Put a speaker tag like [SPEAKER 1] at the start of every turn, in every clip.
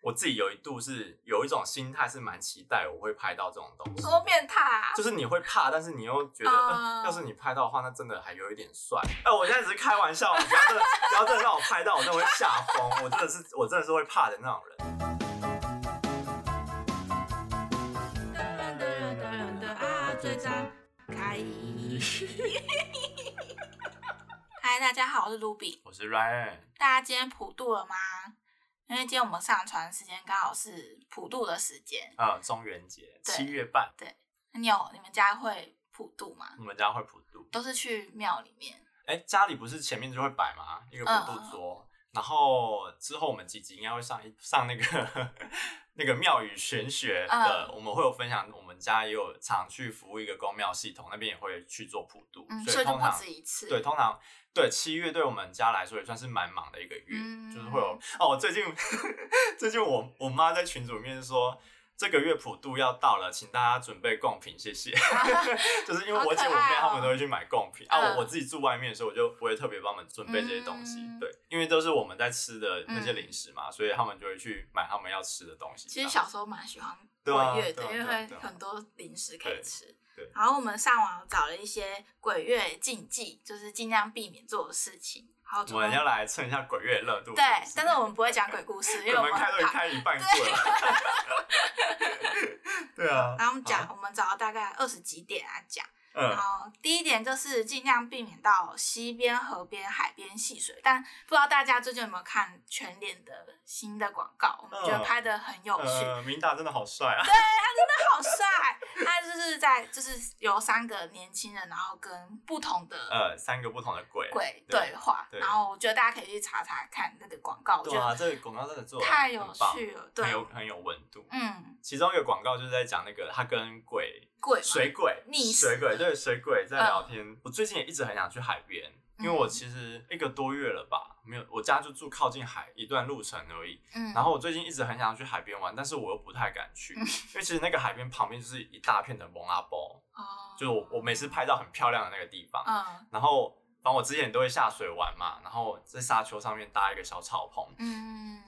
[SPEAKER 1] 我自己有一度是有一种心态是蛮期待我会拍到这种东西，
[SPEAKER 2] 多变态啊！
[SPEAKER 1] 就是你会怕，但是你又觉得，
[SPEAKER 2] 啊
[SPEAKER 1] 呃、要是你拍到的话，那真的还有一点帅。哎、我现在只是开玩笑，你不要真的不要真的让我拍到，我真的会吓疯。我真的是我真的是会怕的那种 人。
[SPEAKER 2] 噔噔噔噔噔啊，追张开！嗨，大家好，我是卢比。
[SPEAKER 1] 我是 Ryan，
[SPEAKER 2] 大家今天普渡了吗？因为今天我们上传时间刚好是普渡的时间。
[SPEAKER 1] 呃，中元节
[SPEAKER 2] 对
[SPEAKER 1] 七月半，
[SPEAKER 2] 那你有你们家会普渡吗？
[SPEAKER 1] 我们家会普渡。
[SPEAKER 2] 都是去庙里面。
[SPEAKER 1] 哎、家里不是前面就会摆嘛一个
[SPEAKER 2] 嗯
[SPEAKER 1] 普渡桌，然后之后我们几集应该会上一上那个那个庙宇玄学
[SPEAKER 2] 嗯
[SPEAKER 1] 的，我们会有分享。我们家也有常去服务一个公庙系统，那边也会去做普渡，
[SPEAKER 2] 嗯，
[SPEAKER 1] 所
[SPEAKER 2] 所
[SPEAKER 1] 以
[SPEAKER 2] 以就
[SPEAKER 1] 通
[SPEAKER 2] 不
[SPEAKER 1] 常
[SPEAKER 2] 止一次。
[SPEAKER 1] 对，通常对七月对我们家来说也算是蛮忙的一个月，
[SPEAKER 2] 嗯
[SPEAKER 1] 就是会有哦。我最近 最近我我妈在群组里面说。这个月普渡要到了，请大家准备贡品，谢谢。 就是因为
[SPEAKER 2] 好
[SPEAKER 1] 我姐
[SPEAKER 2] 可
[SPEAKER 1] 我妹
[SPEAKER 2] 爱哦
[SPEAKER 1] 她们都会去买贡品、啊，
[SPEAKER 2] 嗯
[SPEAKER 1] 我我自己住外面的时候，我就不会特别帮他们准备这些东西，
[SPEAKER 2] 嗯
[SPEAKER 1] 对，因为都是我们在吃的那些
[SPEAKER 2] 嗯
[SPEAKER 1] 零食嘛，所以他们就会去买他们要吃的东西。
[SPEAKER 2] 其实
[SPEAKER 1] 这样
[SPEAKER 2] 小时候蛮喜欢
[SPEAKER 1] 对啊
[SPEAKER 2] 鬼月的，
[SPEAKER 1] 对啊
[SPEAKER 2] 因为
[SPEAKER 1] 对啊
[SPEAKER 2] 会
[SPEAKER 1] 对啊
[SPEAKER 2] 很多零食可以吃
[SPEAKER 1] 对对。
[SPEAKER 2] 然后我们上网找了一些鬼月禁忌，就是尽量避免做的事情。然后
[SPEAKER 1] 我们要来蹭一下鬼月热度，
[SPEAKER 2] 对，但
[SPEAKER 1] 是
[SPEAKER 2] 是我们不会讲鬼故事，
[SPEAKER 1] 不
[SPEAKER 2] 因
[SPEAKER 1] 是
[SPEAKER 2] 为
[SPEAKER 1] 鬼
[SPEAKER 2] 我
[SPEAKER 1] 门
[SPEAKER 2] 们
[SPEAKER 1] 开
[SPEAKER 2] 很
[SPEAKER 1] 都已经
[SPEAKER 2] 怕。
[SPEAKER 1] 开一半过了。 对啊，
[SPEAKER 2] 然后我们讲，
[SPEAKER 1] 好，
[SPEAKER 2] 我们找了大概二十几点来讲。
[SPEAKER 1] 嗯
[SPEAKER 2] 然，后第一点就是尽量避免到溪边、河边、海边戏水，但不知道大家最近有没有看全脸的新的广告？我们觉得
[SPEAKER 1] 嗯
[SPEAKER 2] 拍的很有趣，
[SPEAKER 1] 呃，明达真的好帅啊！
[SPEAKER 2] 好帅！他就是在就是有三个年轻人，然后跟不同的
[SPEAKER 1] 呃，三个不同的鬼，
[SPEAKER 2] 鬼对话，
[SPEAKER 1] 对
[SPEAKER 2] 然后我觉得大家可以去查查看那个广告，我觉
[SPEAKER 1] 对啊，
[SPEAKER 2] 得
[SPEAKER 1] 这个广告真的做得
[SPEAKER 2] 太有
[SPEAKER 1] 很棒
[SPEAKER 2] 趣了，对
[SPEAKER 1] 很，有很有温度。
[SPEAKER 2] 嗯，
[SPEAKER 1] 其中一个广告就是在讲那个他跟鬼
[SPEAKER 2] 鬼嘛
[SPEAKER 1] 水鬼
[SPEAKER 2] 溺死
[SPEAKER 1] 水鬼对水鬼在聊天。我最近也一直很想去海边，因为我
[SPEAKER 2] 嗯
[SPEAKER 1] 其实一个多月了吧，没有我家就住靠近海一段路程而已。
[SPEAKER 2] 嗯，
[SPEAKER 1] 然后我最近一直很想去海边玩，但是我又不太敢去，因为其实那个海边旁边就是一大片的蒙阿波，
[SPEAKER 2] 哦
[SPEAKER 1] 就是我我每次拍到很漂亮的那个地方，
[SPEAKER 2] 嗯
[SPEAKER 1] 然后。反正我之前都会下水玩嘛，然后在沙丘上面搭一个小草棚，
[SPEAKER 2] 嗯，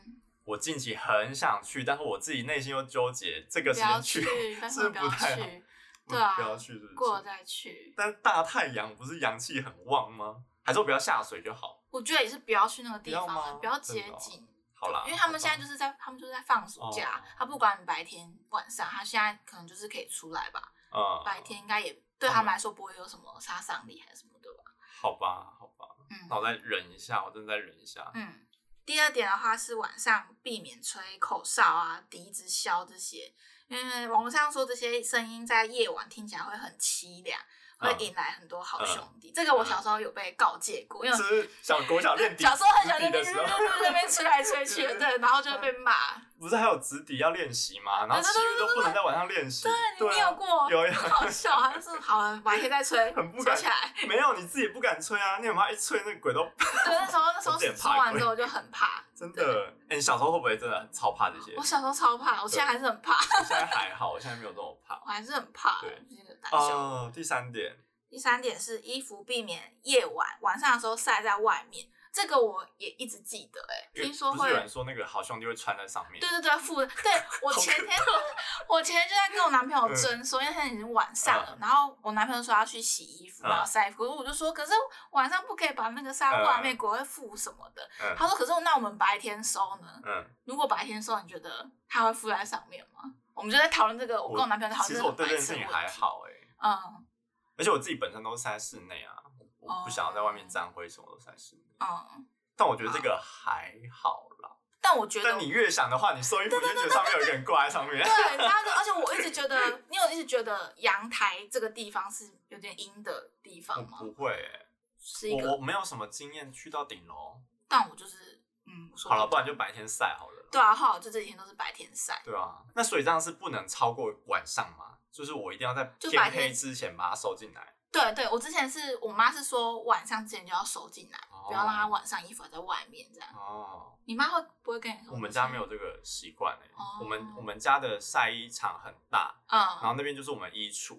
[SPEAKER 1] 我近期很想去，但是我自己内心又纠结，这个
[SPEAKER 2] 不
[SPEAKER 1] 时
[SPEAKER 2] 要
[SPEAKER 1] 间去
[SPEAKER 2] 去，但
[SPEAKER 1] 是
[SPEAKER 2] 是
[SPEAKER 1] 不
[SPEAKER 2] 要
[SPEAKER 1] 太好
[SPEAKER 2] 去，对啊
[SPEAKER 1] 不要去是不是？
[SPEAKER 2] 过了再去。
[SPEAKER 1] 但大太阳不是阳气很旺吗？还是我不要下水就好？
[SPEAKER 2] 我觉得也是不要去那个地
[SPEAKER 1] 不要吗
[SPEAKER 2] 方，啊不要
[SPEAKER 1] 真
[SPEAKER 2] 接
[SPEAKER 1] 的哦
[SPEAKER 2] 近，
[SPEAKER 1] 好啦，
[SPEAKER 2] 因为他们现在就是是在他们就是在放暑假
[SPEAKER 1] 哦，
[SPEAKER 2] 他不管你白天晚上，他现在可能就是可以出来吧。
[SPEAKER 1] 嗯，
[SPEAKER 2] 白天应该也对他们来说不会有什么杀伤力还是什么，对吧？
[SPEAKER 1] 好吧，好吧，那
[SPEAKER 2] 嗯
[SPEAKER 1] 我再忍一下，我真的再忍一下。
[SPEAKER 2] 嗯。第二点的话是晚上避免吹口哨啊、笛子箫这些，因为网络上说这些声音在夜晚听起来会很凄凉，会
[SPEAKER 1] 嗯
[SPEAKER 2] 引来很多好兄弟。这个我小时候有被告诫过，因 为
[SPEAKER 1] 这啊是小国小练笛，
[SPEAKER 2] 小时候很喜欢 在
[SPEAKER 1] 直笛
[SPEAKER 2] 那
[SPEAKER 1] 的
[SPEAKER 2] 边
[SPEAKER 1] 时候，
[SPEAKER 2] 那边吹来吹去，对，然后就会被骂。
[SPEAKER 1] 不是还有直笛要练习吗？然后
[SPEAKER 2] 对对
[SPEAKER 1] 其余都不能在晚上练习。
[SPEAKER 2] 对，你
[SPEAKER 1] 啊
[SPEAKER 2] 有过？
[SPEAKER 1] 有
[SPEAKER 2] 很
[SPEAKER 1] 呀，
[SPEAKER 2] 好笑，好像是 好了，白天再吹，
[SPEAKER 1] 很不
[SPEAKER 2] 吹
[SPEAKER 1] 敢
[SPEAKER 2] 起来。
[SPEAKER 1] 没有你自己不敢吹啊，你很怕一吹那鬼都
[SPEAKER 2] 对，那时候那时候
[SPEAKER 1] 我自己很
[SPEAKER 2] 说
[SPEAKER 1] 怕
[SPEAKER 2] 完
[SPEAKER 1] 鬼，
[SPEAKER 2] 之后就很怕
[SPEAKER 1] 真的。哎，你小时候会不会真的超怕这些？
[SPEAKER 2] 我小时候超怕，我现在还是很怕，
[SPEAKER 1] 现在还好，我现在没有这么怕。
[SPEAKER 2] 我还是很怕，
[SPEAKER 1] 对
[SPEAKER 2] 就是那个胆 小。
[SPEAKER 1] 哦，第三点，
[SPEAKER 2] 第三点是衣服避免夜晚晚上的时候晒在外面，这个我也一直记得、欸，哎，
[SPEAKER 1] 因为
[SPEAKER 2] 听说
[SPEAKER 1] 不是
[SPEAKER 2] 会
[SPEAKER 1] 有。人说那个好兄弟会穿在上面，
[SPEAKER 2] 对对对，附 对我
[SPEAKER 1] 好
[SPEAKER 2] 前
[SPEAKER 1] 可嗯
[SPEAKER 2] 天我前天就在跟我男朋友争说，因为现在已经晚上了，然后我男朋友说要去洗衣服，
[SPEAKER 1] 嗯
[SPEAKER 2] 然后晒衣服，我就说可是晚上不可以把那个晒在外面，
[SPEAKER 1] 嗯
[SPEAKER 2] 国会附什么的。
[SPEAKER 1] 嗯
[SPEAKER 2] 他说可是那我们白天收呢？
[SPEAKER 1] 嗯，
[SPEAKER 2] 如果白天的时候，你觉得它会附在上面吗？我们就在讨论这个，我跟我男朋友在讨
[SPEAKER 1] 其实
[SPEAKER 2] 论这
[SPEAKER 1] 我
[SPEAKER 2] 个
[SPEAKER 1] 对
[SPEAKER 2] 白
[SPEAKER 1] 这件
[SPEAKER 2] 痴
[SPEAKER 1] 事情
[SPEAKER 2] 问
[SPEAKER 1] 还
[SPEAKER 2] 题。
[SPEAKER 1] 好哎、
[SPEAKER 2] 嗯
[SPEAKER 1] 而且我自己本身都是在室内啊，我我不想要在外
[SPEAKER 2] 哦
[SPEAKER 1] 面沾灰尘，我都是在室内。
[SPEAKER 2] 嗯，
[SPEAKER 1] 但我觉得这个还好啦。
[SPEAKER 2] 但我觉得
[SPEAKER 1] 但你越想的话，你收衣服就觉得上面有一个人挂在上面。
[SPEAKER 2] 对，然后而且我一直觉得，你有一直觉得阳台这个地方是有点阴的地
[SPEAKER 1] 我
[SPEAKER 2] 方吗？
[SPEAKER 1] 不会、欸，
[SPEAKER 2] 是一
[SPEAKER 1] 我
[SPEAKER 2] 个，
[SPEAKER 1] 我没有什么经验去到顶楼。
[SPEAKER 2] 但我就是嗯，我说
[SPEAKER 1] 好了，不然就白天晒好了。
[SPEAKER 2] 对啊，后来我就这几天都是白天晒，
[SPEAKER 1] 对啊，那所以这样是不能超过晚上吗？就是我一定要在
[SPEAKER 2] 就
[SPEAKER 1] 天
[SPEAKER 2] 白天
[SPEAKER 1] 黑之前把它收进来。
[SPEAKER 2] 对对，我之前是我妈是说晚上之前就要收进来，
[SPEAKER 1] 哦
[SPEAKER 2] 不要让她晚上衣服还在外面这样。
[SPEAKER 1] 哦，
[SPEAKER 2] 你妈会不会跟你说？
[SPEAKER 1] 我们家没有，这个习惯哎。
[SPEAKER 2] 哦
[SPEAKER 1] 我们我们家的晒衣场很大，然
[SPEAKER 2] 嗯，
[SPEAKER 1] 后那边就是我们衣橱，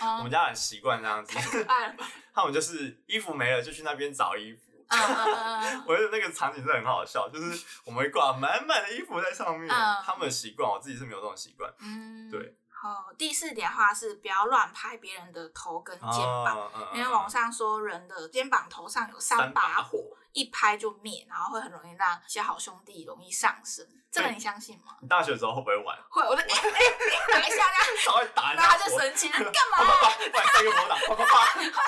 [SPEAKER 2] 嗯
[SPEAKER 1] 我们家很习惯这样子。
[SPEAKER 2] 太可爱了吧？
[SPEAKER 1] 他们就是衣服没了就去那边找衣服，
[SPEAKER 2] 嗯嗯
[SPEAKER 1] 我觉得那个场景是很好笑，就是我们会挂满满的衣服在上面，
[SPEAKER 2] 嗯
[SPEAKER 1] 他们的习惯，我自己是没有这种习惯。
[SPEAKER 2] 嗯，
[SPEAKER 1] 对。
[SPEAKER 2] 好，第四点的话是不要乱拍别人的头跟肩膀，
[SPEAKER 1] 啊嗯嗯
[SPEAKER 2] 因为
[SPEAKER 1] 嗯
[SPEAKER 2] 网上说人的肩膀头上有
[SPEAKER 1] 三
[SPEAKER 2] 把
[SPEAKER 1] 把
[SPEAKER 2] 火，一拍就灭，然后会很容易让一些好兄弟容易上身。这个
[SPEAKER 1] 对
[SPEAKER 2] 你相信吗？
[SPEAKER 1] 你大学的时候会不会玩？
[SPEAKER 2] 会，我就哎哎哎打一下他，
[SPEAKER 1] 稍微 打一
[SPEAKER 2] 然后
[SPEAKER 1] 下
[SPEAKER 2] 他就
[SPEAKER 1] 火，
[SPEAKER 2] 生气，干
[SPEAKER 1] 啪
[SPEAKER 2] 嘛？
[SPEAKER 1] 啪啪，不然再一个魔打，啪啪啪，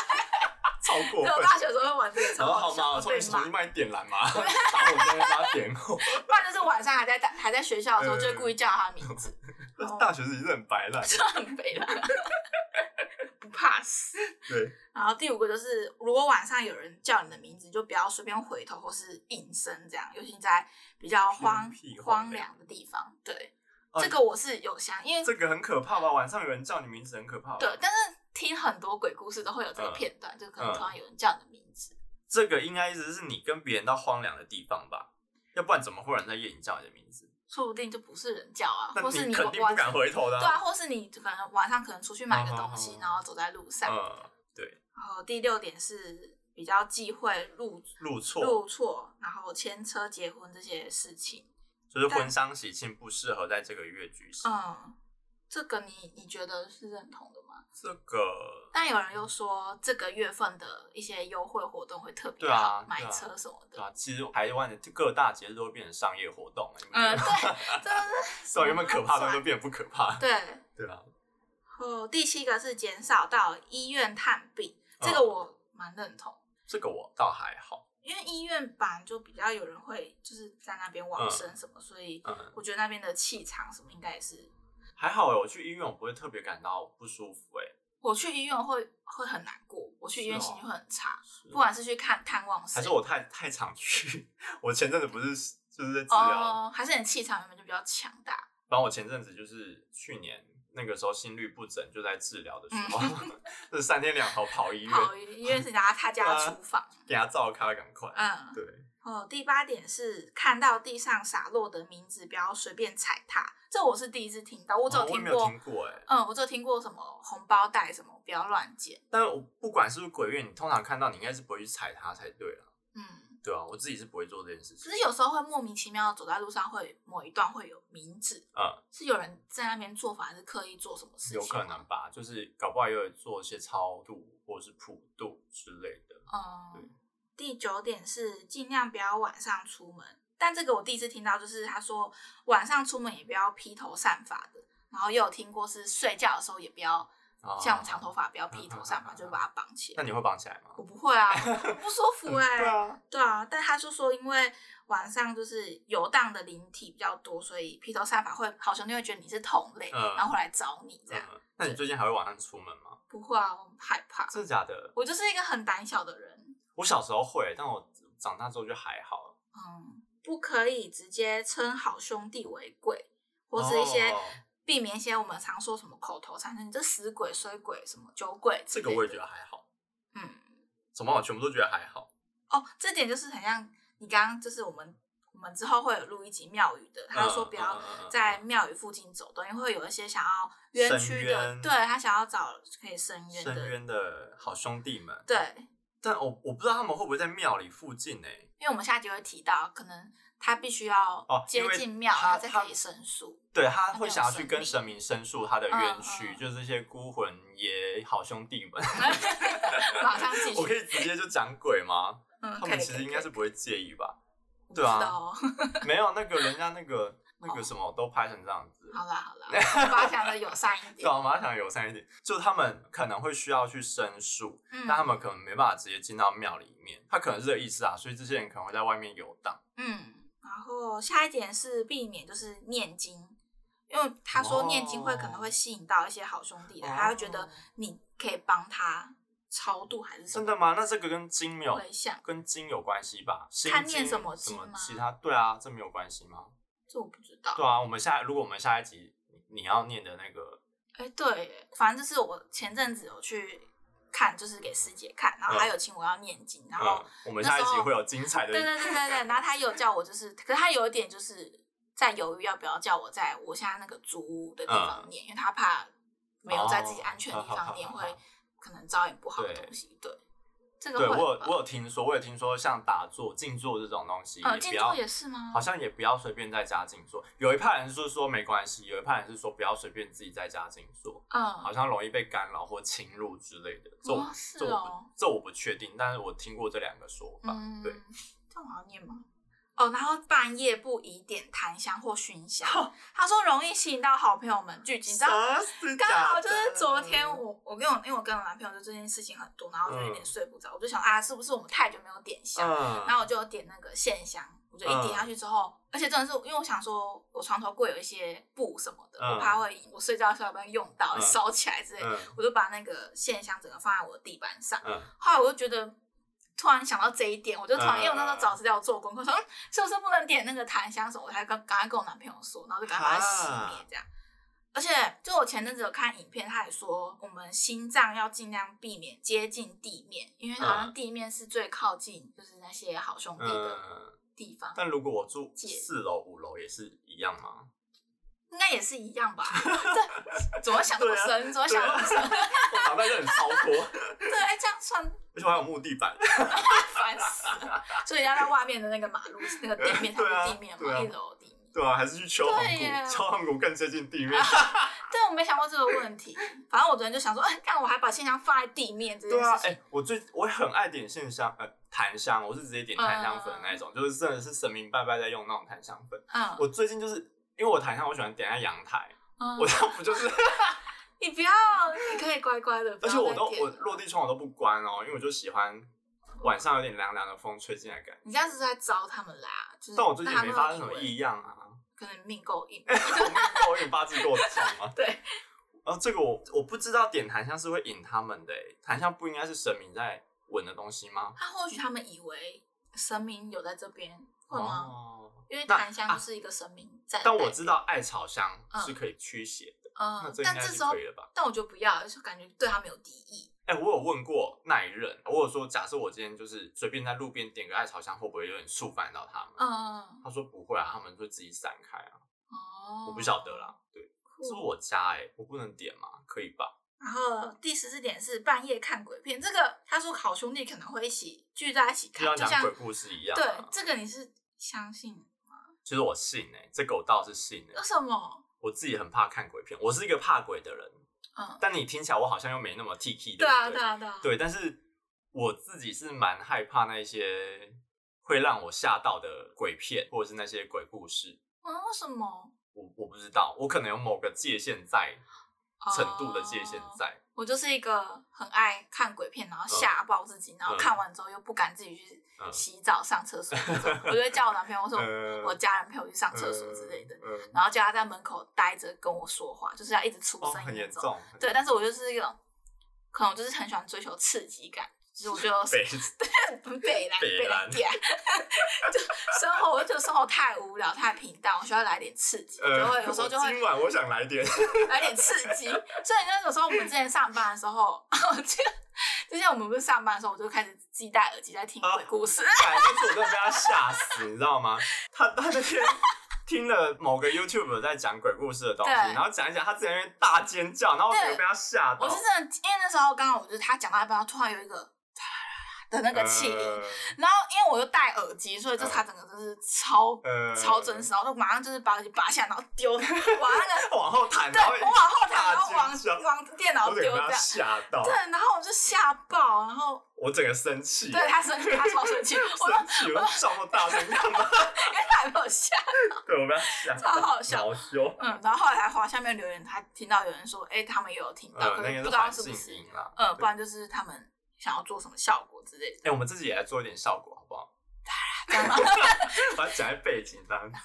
[SPEAKER 1] 超过
[SPEAKER 2] 对，我
[SPEAKER 1] 分。
[SPEAKER 2] 大学的时候会玩这个，
[SPEAKER 1] 然
[SPEAKER 2] 超
[SPEAKER 1] 后好
[SPEAKER 2] 好
[SPEAKER 1] 嘛，
[SPEAKER 2] 笑
[SPEAKER 1] 我
[SPEAKER 2] 的，
[SPEAKER 1] 从你
[SPEAKER 2] 被
[SPEAKER 1] 手
[SPEAKER 2] 骂
[SPEAKER 1] 机。帮你点燃 嘛，打火机把它点火。
[SPEAKER 2] 不然就是晚上还在还在学校的时候，
[SPEAKER 1] 嗯
[SPEAKER 2] 就会故意叫他名字，
[SPEAKER 1] 但
[SPEAKER 2] 哦
[SPEAKER 1] 是大学自己是很白烂，
[SPEAKER 2] 这很悲了，不怕死。
[SPEAKER 1] 对，
[SPEAKER 2] 然后第五个就是，如果晚上有人叫你的名字，就不要随便回头或是应声，这样，尤其在比较荒
[SPEAKER 1] 偏僻荒
[SPEAKER 2] 荒凉的地方。对，
[SPEAKER 1] 啊
[SPEAKER 2] 这个我是有想，因为
[SPEAKER 1] 这个很可怕吧？晚上有人叫你名字很可怕吧。
[SPEAKER 2] 对，但是听很多鬼故事都会有这个
[SPEAKER 1] 嗯
[SPEAKER 2] 片段，就可能
[SPEAKER 1] 嗯
[SPEAKER 2] 突然有人叫你的名字。
[SPEAKER 1] 这个应该意思是你跟别人到荒凉的地方吧，要不然怎么会有人在夜里叫你的名字？
[SPEAKER 2] 说不定就不是人叫啊，
[SPEAKER 1] 那
[SPEAKER 2] 或是
[SPEAKER 1] 肯定不
[SPEAKER 2] 晚
[SPEAKER 1] 敢回头的
[SPEAKER 2] 对啊，或是你可能晚上可能出去买个
[SPEAKER 1] 嗯
[SPEAKER 2] 东
[SPEAKER 1] 嗯
[SPEAKER 2] 西，
[SPEAKER 1] 嗯
[SPEAKER 2] 然后走在路上。
[SPEAKER 1] 嗯，
[SPEAKER 2] 然后第六点是比较忌讳入
[SPEAKER 1] 入错
[SPEAKER 2] 入错，然后牵车结婚这些事情。
[SPEAKER 1] 就是婚丧喜庆不适合在这个月举行。
[SPEAKER 2] 嗯，这个你你觉得是认同的吗？
[SPEAKER 1] 这个
[SPEAKER 2] 但有
[SPEAKER 1] 嗯
[SPEAKER 2] 人又说这个月份的一些优惠活动会特别
[SPEAKER 1] 对啊
[SPEAKER 2] 好，买
[SPEAKER 1] 对啊
[SPEAKER 2] 车什么
[SPEAKER 1] 对
[SPEAKER 2] 的。
[SPEAKER 1] 吧、其实台湾的各大节日都会变成商业活动，你们
[SPEAKER 2] 嗯，
[SPEAKER 1] 觉 得？
[SPEAKER 2] 对，这
[SPEAKER 1] 所以原本可怕的都
[SPEAKER 2] 的。
[SPEAKER 1] 变得不可怕。
[SPEAKER 2] 对，
[SPEAKER 1] 对啊，
[SPEAKER 2] 哦，第七个是减少到医院探病，这个
[SPEAKER 1] 嗯
[SPEAKER 2] 我蛮认同。
[SPEAKER 1] 这个我倒还好。
[SPEAKER 2] 因为医院版就比较有人会就是在那边往生什么，所以
[SPEAKER 1] 嗯
[SPEAKER 2] 我觉得那边的气场什么应该也是，
[SPEAKER 1] 还好哎、我去医院我不会特别感到不舒服哎、
[SPEAKER 2] 我去医院会会很难过，我去医院
[SPEAKER 1] 是哦
[SPEAKER 2] 心情会很差，
[SPEAKER 1] 是
[SPEAKER 2] 不管是去看探望
[SPEAKER 1] 还
[SPEAKER 2] 谁
[SPEAKER 1] 是，我太太常去，我前阵子不是就是在治疗，
[SPEAKER 2] 哦，还是你气场原本就比较强大，
[SPEAKER 1] 然后我前阵子就是去年那个时候心律不整，就在治疗的时候，
[SPEAKER 2] 嗯
[SPEAKER 1] 这三天两头跑 医院
[SPEAKER 2] 跑医院是拿 他家的厨房，
[SPEAKER 1] 给他照咖，赶快。
[SPEAKER 2] 嗯，
[SPEAKER 1] 对，
[SPEAKER 2] 哦，第八点是看到地上洒落的名字不要随便踩踏，这我是第一次听到，我
[SPEAKER 1] 我
[SPEAKER 2] 只有
[SPEAKER 1] 哦我也
[SPEAKER 2] 听
[SPEAKER 1] 没有
[SPEAKER 2] 过，
[SPEAKER 1] 听过哎、
[SPEAKER 2] 嗯，我只有听过什么红包袋什么不要乱捡，
[SPEAKER 1] 但我不管是不是鬼月，你通常看到你应该是不会去踩它才对了，
[SPEAKER 2] 嗯。
[SPEAKER 1] 对啊，我自己是不会做这件事
[SPEAKER 2] 只
[SPEAKER 1] 情
[SPEAKER 2] 是。有时候会莫名其妙地走在路上，会某一段会有名字，
[SPEAKER 1] 嗯，
[SPEAKER 2] 是有人在那边做法，还是刻意做什么事情？
[SPEAKER 1] 有可能，吧，就是搞不好也有做一些超度或者是普度之类的。对
[SPEAKER 2] 嗯。第九点是尽量不要晚上出门，但这个我第一次听到，就是他说晚上出门也不要披头散发的，然后也有听过是睡觉的时候也不要
[SPEAKER 1] 啊
[SPEAKER 2] 像长头发不要披头散发，
[SPEAKER 1] 嗯嗯嗯嗯
[SPEAKER 2] 就把它绑起
[SPEAKER 1] 那
[SPEAKER 2] 来。
[SPEAKER 1] 你会绑起来吗
[SPEAKER 2] 我？不会啊，我不舒 服哎、
[SPEAKER 1] 对啊，
[SPEAKER 2] 对啊，但他就说，因为晚上就是游荡的灵体比较多，所以披头散发会好兄弟会觉得你是同类，
[SPEAKER 1] 嗯
[SPEAKER 2] 然后会来找你这样。
[SPEAKER 1] 嗯，那你最近还会晚上出门吗？
[SPEAKER 2] 不会啊，我很害怕，
[SPEAKER 1] 真的假的？
[SPEAKER 2] 我就是一个很胆小的人。
[SPEAKER 1] 我小时候会，但我长大之后就还好了。
[SPEAKER 2] 嗯，不可以直接称好兄弟为鬼，或是一些、
[SPEAKER 1] 哦
[SPEAKER 2] 避免一些我们常说什么口头禅，像你这死鬼、衰鬼、什么酒鬼
[SPEAKER 1] 这
[SPEAKER 2] 之类的。
[SPEAKER 1] 个我也觉得还好，
[SPEAKER 2] 嗯，
[SPEAKER 1] 怎么我全部都觉得还好。
[SPEAKER 2] 哦，这点就是很像你刚刚就是我们我们之后会有录一集庙宇的，他就说不要
[SPEAKER 1] 嗯嗯嗯嗯
[SPEAKER 2] 在庙宇附近走动，因为会有一些想要冤屈
[SPEAKER 1] 伸
[SPEAKER 2] 的，
[SPEAKER 1] 冤
[SPEAKER 2] 对他想要找可以伸冤
[SPEAKER 1] 深
[SPEAKER 2] 的，
[SPEAKER 1] 渊的好兄弟们，
[SPEAKER 2] 对，
[SPEAKER 1] 但我我不知道他们会不会在庙里附近欸呢、
[SPEAKER 2] 因为我们下集会提到，可能他必须要
[SPEAKER 1] 哦
[SPEAKER 2] 接
[SPEAKER 1] 因为
[SPEAKER 2] 近庙，
[SPEAKER 1] 他
[SPEAKER 2] 然后再
[SPEAKER 1] 他
[SPEAKER 2] 可以申诉。
[SPEAKER 1] 对，
[SPEAKER 2] 他
[SPEAKER 1] 他
[SPEAKER 2] 们
[SPEAKER 1] 会
[SPEAKER 2] 有
[SPEAKER 1] 想要
[SPEAKER 2] 神
[SPEAKER 1] 去跟
[SPEAKER 2] 明
[SPEAKER 1] 神明申诉他的冤屈，
[SPEAKER 2] 嗯嗯
[SPEAKER 1] 就是这些孤魂也好兄弟们。
[SPEAKER 2] 马上继续，
[SPEAKER 1] 我可以直接就讲鬼吗？
[SPEAKER 2] 嗯，
[SPEAKER 1] 他
[SPEAKER 2] 可
[SPEAKER 1] 们
[SPEAKER 2] 以
[SPEAKER 1] 其
[SPEAKER 2] 可
[SPEAKER 1] 实
[SPEAKER 2] 以
[SPEAKER 1] 应该是
[SPEAKER 2] 可
[SPEAKER 1] 不会介意吧？
[SPEAKER 2] 以我
[SPEAKER 1] 对
[SPEAKER 2] 不
[SPEAKER 1] 啊
[SPEAKER 2] 知道哦
[SPEAKER 1] 没有，那个人家那个那个什么都拍成这样子，
[SPEAKER 2] 好啦好啦，我把它想的友善一
[SPEAKER 1] 对
[SPEAKER 2] 点
[SPEAKER 1] 啊，。我马上想友善一点，就他们可能会需要去申诉，
[SPEAKER 2] 嗯
[SPEAKER 1] 但他们可能没办法直接进到庙里面，他可能是这个意思啊，所以这些人可能会在外面游荡。
[SPEAKER 2] 嗯，然后下一点是避免就是念经，因为他说念经会可能会吸引到一些好兄弟的，他会觉得
[SPEAKER 1] 哦
[SPEAKER 2] 你可以帮他超度还是什
[SPEAKER 1] 真
[SPEAKER 2] 么
[SPEAKER 1] 的吗？那这个跟经没有
[SPEAKER 2] 回向，
[SPEAKER 1] 跟经有关系吧？心
[SPEAKER 2] 看念
[SPEAKER 1] 经
[SPEAKER 2] 什么
[SPEAKER 1] 什
[SPEAKER 2] 经
[SPEAKER 1] 么
[SPEAKER 2] 吗
[SPEAKER 1] 其他对啊，这没有关系吗？
[SPEAKER 2] 这我不知道。
[SPEAKER 1] 对啊，我们下如果我们下一集你要念的那个，
[SPEAKER 2] 哎、对耶，反正就是我前阵子有去看，就是给师姐看，然
[SPEAKER 1] 嗯
[SPEAKER 2] 后她有请我要念经，然后、
[SPEAKER 1] 嗯，我们
[SPEAKER 2] 那
[SPEAKER 1] 下一
[SPEAKER 2] 时
[SPEAKER 1] 集
[SPEAKER 2] 候
[SPEAKER 1] 会有精彩的
[SPEAKER 2] 对对对对对，然后她有叫我就是，可是她有一点就是在犹豫要不要叫我在我现在那个租屋的地方念，因为她怕没有在自己安全的地方
[SPEAKER 1] 嗯
[SPEAKER 2] 念、
[SPEAKER 1] 哦好好好
[SPEAKER 2] 会可能招引不好的
[SPEAKER 1] 对
[SPEAKER 2] 东西，对。这个
[SPEAKER 1] 对我
[SPEAKER 2] 会
[SPEAKER 1] 有
[SPEAKER 2] 吧
[SPEAKER 1] 我有听说，我有听说像打坐、静坐这种东西，
[SPEAKER 2] 呃，
[SPEAKER 1] 也
[SPEAKER 2] 静
[SPEAKER 1] 不要
[SPEAKER 2] 坐也是吗
[SPEAKER 1] 好？像也不要随便在家静坐。有一派人是说没关系，有一派人是说不要随便自己在家静坐，好
[SPEAKER 2] 嗯，
[SPEAKER 1] 像容易被干扰或侵入之类的。这我、
[SPEAKER 2] 哦是
[SPEAKER 1] 这我
[SPEAKER 2] 哦
[SPEAKER 1] 不这我不确定，但是我听过这两个说法。
[SPEAKER 2] 嗯，
[SPEAKER 1] 对，
[SPEAKER 2] 这样我要念吗？哦，然后半夜不宜点檀香或熏香，他说容易吸引到好朋友们聚集，你知道
[SPEAKER 1] 啥是
[SPEAKER 2] 刚
[SPEAKER 1] 假
[SPEAKER 2] 好
[SPEAKER 1] 哦的
[SPEAKER 2] 就是昨天我我跟我因为我跟我男朋友就这件事情很多，然后就有点睡不着，我就想啊，是不是我们太久没有点香？
[SPEAKER 1] 嗯，
[SPEAKER 2] 然后我就点那个线香，我就一点下去之后，而且真的是因为我想说，我床头柜有一些布什么的，
[SPEAKER 1] 嗯
[SPEAKER 2] 我怕会我睡觉的时候要不要用到
[SPEAKER 1] 嗯
[SPEAKER 2] 烧起来之类的，
[SPEAKER 1] 嗯
[SPEAKER 2] 我就把那个线香整个放在我的地板上。
[SPEAKER 1] 嗯
[SPEAKER 2] 后来我就觉得。突然想到这一点，我就突然，
[SPEAKER 1] 嗯
[SPEAKER 2] 因为我那时候早知道我做功课，说、嗯、是不是不能点那个檀香什么，我才刚赶快跟我男朋友说，然后就赶快把它熄灭这样。而且，就我前阵子有看影片，他也说我们心脏要尽量避免接近地面，因为好像地面是最靠近就是那些好兄弟的
[SPEAKER 1] 嗯，
[SPEAKER 2] 地方，
[SPEAKER 1] 但如果我住
[SPEAKER 2] 姐
[SPEAKER 1] 四楼、五楼也是一样 吗？
[SPEAKER 2] 应该也是一 样吧？这怎么想那么
[SPEAKER 1] 啊
[SPEAKER 2] 深？怎么想那么 深？
[SPEAKER 1] 我脑袋就很超脱，
[SPEAKER 2] 对，哎，这样算
[SPEAKER 1] 而且我还有木地板。
[SPEAKER 2] 烦死了。所以要在外面的那个马路那个地面，它
[SPEAKER 1] 对啊
[SPEAKER 2] 是地面
[SPEAKER 1] 对
[SPEAKER 2] 嘛，
[SPEAKER 1] 啊
[SPEAKER 2] 一楼地面。
[SPEAKER 1] 对啊，还是去敲航
[SPEAKER 2] 对耶啊
[SPEAKER 1] 谷，敲航谷更接近地面。
[SPEAKER 2] 对，我没想过这个问题。反正我昨天就想说，哎，看我还把线香放在地面这件
[SPEAKER 1] 对啊
[SPEAKER 2] 事，
[SPEAKER 1] 哎、
[SPEAKER 2] 情。
[SPEAKER 1] 我最我很爱点线香，呃，檀香，我是直接点檀香粉的那一种，就是真的是神明拜拜在用那种檀香粉。
[SPEAKER 2] 嗯，
[SPEAKER 1] 哎我最近就是因为我檀香，我喜欢点在阳台，
[SPEAKER 2] 嗯
[SPEAKER 1] 我这样不就是，
[SPEAKER 2] 你不要，你可以乖乖的。不
[SPEAKER 1] 而
[SPEAKER 2] 要
[SPEAKER 1] 且我
[SPEAKER 2] 再
[SPEAKER 1] 都
[SPEAKER 2] 点
[SPEAKER 1] 我
[SPEAKER 2] 了
[SPEAKER 1] 落地窗我都不关哦，因为我就喜欢晚上有点凉凉的风吹进来感觉。
[SPEAKER 2] 你这样子是在招他们啦，就是
[SPEAKER 1] 但我最近也
[SPEAKER 2] 让
[SPEAKER 1] 没
[SPEAKER 2] 他们
[SPEAKER 1] 发生什么
[SPEAKER 2] 以为
[SPEAKER 1] 异哎样啊，
[SPEAKER 2] 可能命够硬。
[SPEAKER 1] 我没有我有八字够重吗？
[SPEAKER 2] 对。
[SPEAKER 1] 然后这个我我不知道点檀香是会引他们的、欸，檀香不应该是神明在闻的东西吗？
[SPEAKER 2] 他或许他们以为神明有在这边，会吗？
[SPEAKER 1] 哦，
[SPEAKER 2] 因为
[SPEAKER 1] 那
[SPEAKER 2] 檀香就是一个神明在。
[SPEAKER 1] 但我知道艾草香
[SPEAKER 2] 嗯
[SPEAKER 1] 是可以驱邪的，那
[SPEAKER 2] 嗯
[SPEAKER 1] 这，应
[SPEAKER 2] 但
[SPEAKER 1] 该
[SPEAKER 2] 这
[SPEAKER 1] 是
[SPEAKER 2] 时候
[SPEAKER 1] 可以了吧？
[SPEAKER 2] 但我就不要，就感觉对他们有敌意。
[SPEAKER 1] 哎、我有问过那一任，我有说假设我今天就是随便在路边点个艾草香，会不会有点触犯到他们？
[SPEAKER 2] 嗯嗯，
[SPEAKER 1] 他说不会啊，他们会自己散开啊，
[SPEAKER 2] 嗯哦，
[SPEAKER 1] 我不晓得。啦。对，是我家哎、我不能点吗？可以吧？
[SPEAKER 2] 然后第十四点是半夜看鬼片，这个他说好兄弟可能会一起聚在一起
[SPEAKER 1] 就像
[SPEAKER 2] 看，就
[SPEAKER 1] 讲
[SPEAKER 2] 像
[SPEAKER 1] 鬼故事一样、
[SPEAKER 2] 对
[SPEAKER 1] 啊。，
[SPEAKER 2] 这个你是相信？
[SPEAKER 1] 其实我信哎、这个我倒是信哎、
[SPEAKER 2] 为什么？
[SPEAKER 1] 我自己很怕看鬼片，我是一个怕鬼的人，
[SPEAKER 2] 嗯，
[SPEAKER 1] 但你听起来我好像又没那么 T K
[SPEAKER 2] 对啊，
[SPEAKER 1] 不
[SPEAKER 2] 对啊，对啊，
[SPEAKER 1] 对，但是我自己是蛮害怕那一些会让我吓到的鬼片，或者是那些鬼故事。
[SPEAKER 2] 嗯，为什么？
[SPEAKER 1] 我我不知道，我可能有某个界限在，程度的界限在。
[SPEAKER 2] 我就是一个很爱看鬼片，然后吓爆自己，然后看完之后又不敢自己去
[SPEAKER 1] 嗯
[SPEAKER 2] 洗澡、上厕所那种。我就会叫我男朋友，我说
[SPEAKER 1] 呃
[SPEAKER 2] 我家人陪我去上厕所之类的，
[SPEAKER 1] 嗯嗯
[SPEAKER 2] 然后叫他在门口待着跟我说话，就是要一直出
[SPEAKER 1] 哦，
[SPEAKER 2] 声
[SPEAKER 1] 很
[SPEAKER 2] 音那
[SPEAKER 1] 严
[SPEAKER 2] 种。
[SPEAKER 1] 重。
[SPEAKER 2] 对，但是我就是一种，可能我就是很喜欢追求刺激感，就是我就
[SPEAKER 1] 北
[SPEAKER 2] 很 北蓝
[SPEAKER 1] 北
[SPEAKER 2] 北蓝
[SPEAKER 1] 蓝
[SPEAKER 2] 点， 就生活，我就觉得生活太无聊太平淡，我需要来点刺激，
[SPEAKER 1] 呃
[SPEAKER 2] 就会有时候就
[SPEAKER 1] 我
[SPEAKER 2] 会
[SPEAKER 1] 今晚我想来点，
[SPEAKER 2] 来点刺激。所以那有时候我们之前上班的时候， 我记得之前我们不是上班的时候，我就开始自己戴耳机在听鬼故事。
[SPEAKER 1] 哎但是我真的被他吓死，你知道吗？他他那天听了某个 YouTube 在讲鬼故事的东西，
[SPEAKER 2] 对
[SPEAKER 1] 然后讲一讲，他之前边大尖叫，然后我整个
[SPEAKER 2] 对
[SPEAKER 1] 被他吓到
[SPEAKER 2] 我是。真的，因为那时候刚好我就是他讲到一半，突然有一个 的那个气音，
[SPEAKER 1] 呃
[SPEAKER 2] 然后因为我又戴耳机，所以就他整个就是超、
[SPEAKER 1] 呃
[SPEAKER 2] 超真实，然后就马上就是把耳机拔下来，然后丢 往那个。
[SPEAKER 1] 往后弹，
[SPEAKER 2] 对，
[SPEAKER 1] 然后
[SPEAKER 2] 我往后躺，然后
[SPEAKER 1] 大
[SPEAKER 2] 往
[SPEAKER 1] 尖叫
[SPEAKER 2] 往电脑
[SPEAKER 1] 我整
[SPEAKER 2] 丢
[SPEAKER 1] 个被
[SPEAKER 2] 这
[SPEAKER 1] 他
[SPEAKER 2] 样，
[SPEAKER 1] 吓到，
[SPEAKER 2] 对，然后我就吓爆，然后
[SPEAKER 1] 我整个生气，
[SPEAKER 2] 对他生气，他超生气，我说
[SPEAKER 1] 生气，我笑那么大声干嘛？
[SPEAKER 2] 他有没 有吓？
[SPEAKER 1] 对，我被他吓
[SPEAKER 2] 超
[SPEAKER 1] 到，
[SPEAKER 2] 好笑
[SPEAKER 1] 恼羞。
[SPEAKER 2] 嗯，然后后来还滑下面留言，他听到有人说，哎、他们也有听到，
[SPEAKER 1] 呃，
[SPEAKER 2] 可
[SPEAKER 1] 那
[SPEAKER 2] 是
[SPEAKER 1] 个
[SPEAKER 2] 不知
[SPEAKER 1] 环
[SPEAKER 2] 道是不
[SPEAKER 1] 境
[SPEAKER 2] 是，
[SPEAKER 1] 音啦。
[SPEAKER 2] 呃，不然就是他们想要做什么效果之类的，
[SPEAKER 1] 哎，我们自己也来做一点效果，好不好？
[SPEAKER 2] 这样吗？你
[SPEAKER 1] 把它讲在背景当 中。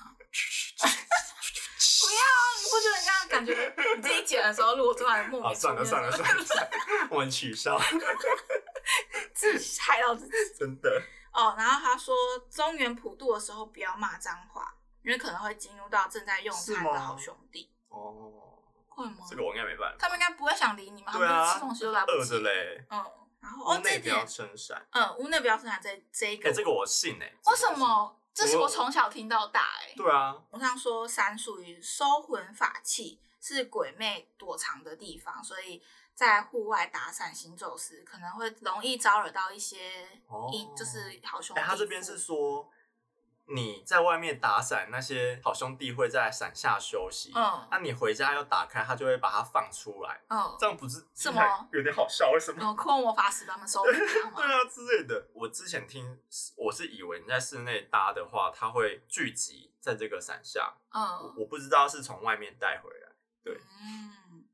[SPEAKER 2] 不觉得你这样感觉你自己剪的时候，如果突然 莫
[SPEAKER 1] 好，哦
[SPEAKER 2] 名
[SPEAKER 1] 啊算了算了算了，算了 我们取消，
[SPEAKER 2] 自己害到自己
[SPEAKER 1] 真的。
[SPEAKER 2] 哦。然后他说，中原普渡的时候不要骂脏话，因为可能会激怒到正在用
[SPEAKER 1] 是
[SPEAKER 2] 餐
[SPEAKER 1] 吗
[SPEAKER 2] 的好兄弟，
[SPEAKER 1] 哦，
[SPEAKER 2] 会吗？
[SPEAKER 1] 这个我应该没办法。
[SPEAKER 2] 他们应该不会想理你嘛，他
[SPEAKER 1] 对
[SPEAKER 2] 们就是
[SPEAKER 1] 啊，
[SPEAKER 2] 吃东西都来不
[SPEAKER 1] 饿
[SPEAKER 2] 及
[SPEAKER 1] 着，嘞，
[SPEAKER 2] 嗯，然后
[SPEAKER 1] 屋
[SPEAKER 2] 哦，这
[SPEAKER 1] 内
[SPEAKER 2] 一
[SPEAKER 1] 不要
[SPEAKER 2] 点，呃
[SPEAKER 1] 撑伞。
[SPEAKER 2] 嗯，屋内不要生产这这一
[SPEAKER 1] 哎，
[SPEAKER 2] 个，
[SPEAKER 1] 这个我信哎。
[SPEAKER 2] 为什？么这是我从小听到大哎、
[SPEAKER 1] 对啊，
[SPEAKER 2] 我想说，山属于收魂法器，是鬼魅躲藏的地方，所以在户外打伞行走时，可能会容易招惹到一些
[SPEAKER 1] 哦
[SPEAKER 2] 一、就是好兄弟
[SPEAKER 1] 哎、
[SPEAKER 2] 妇。
[SPEAKER 1] 他这边是说你在外面打伞，那些好兄弟会在伞下休息。
[SPEAKER 2] 嗯
[SPEAKER 1] 那、你回家要打开，他就会把它放出来，
[SPEAKER 2] 嗯，
[SPEAKER 1] 啊这样不是
[SPEAKER 2] 什么？嗯
[SPEAKER 1] 有点好笑，为什么？
[SPEAKER 2] 有空魔法使把他们收服，知道
[SPEAKER 1] 对
[SPEAKER 2] 吗？
[SPEAKER 1] 啊之类的。我之前听，我是以为你在室内搭的话，它会聚集在这个伞下，我
[SPEAKER 2] 嗯
[SPEAKER 1] 我不知道是从外面带回来。对
[SPEAKER 2] 嗯，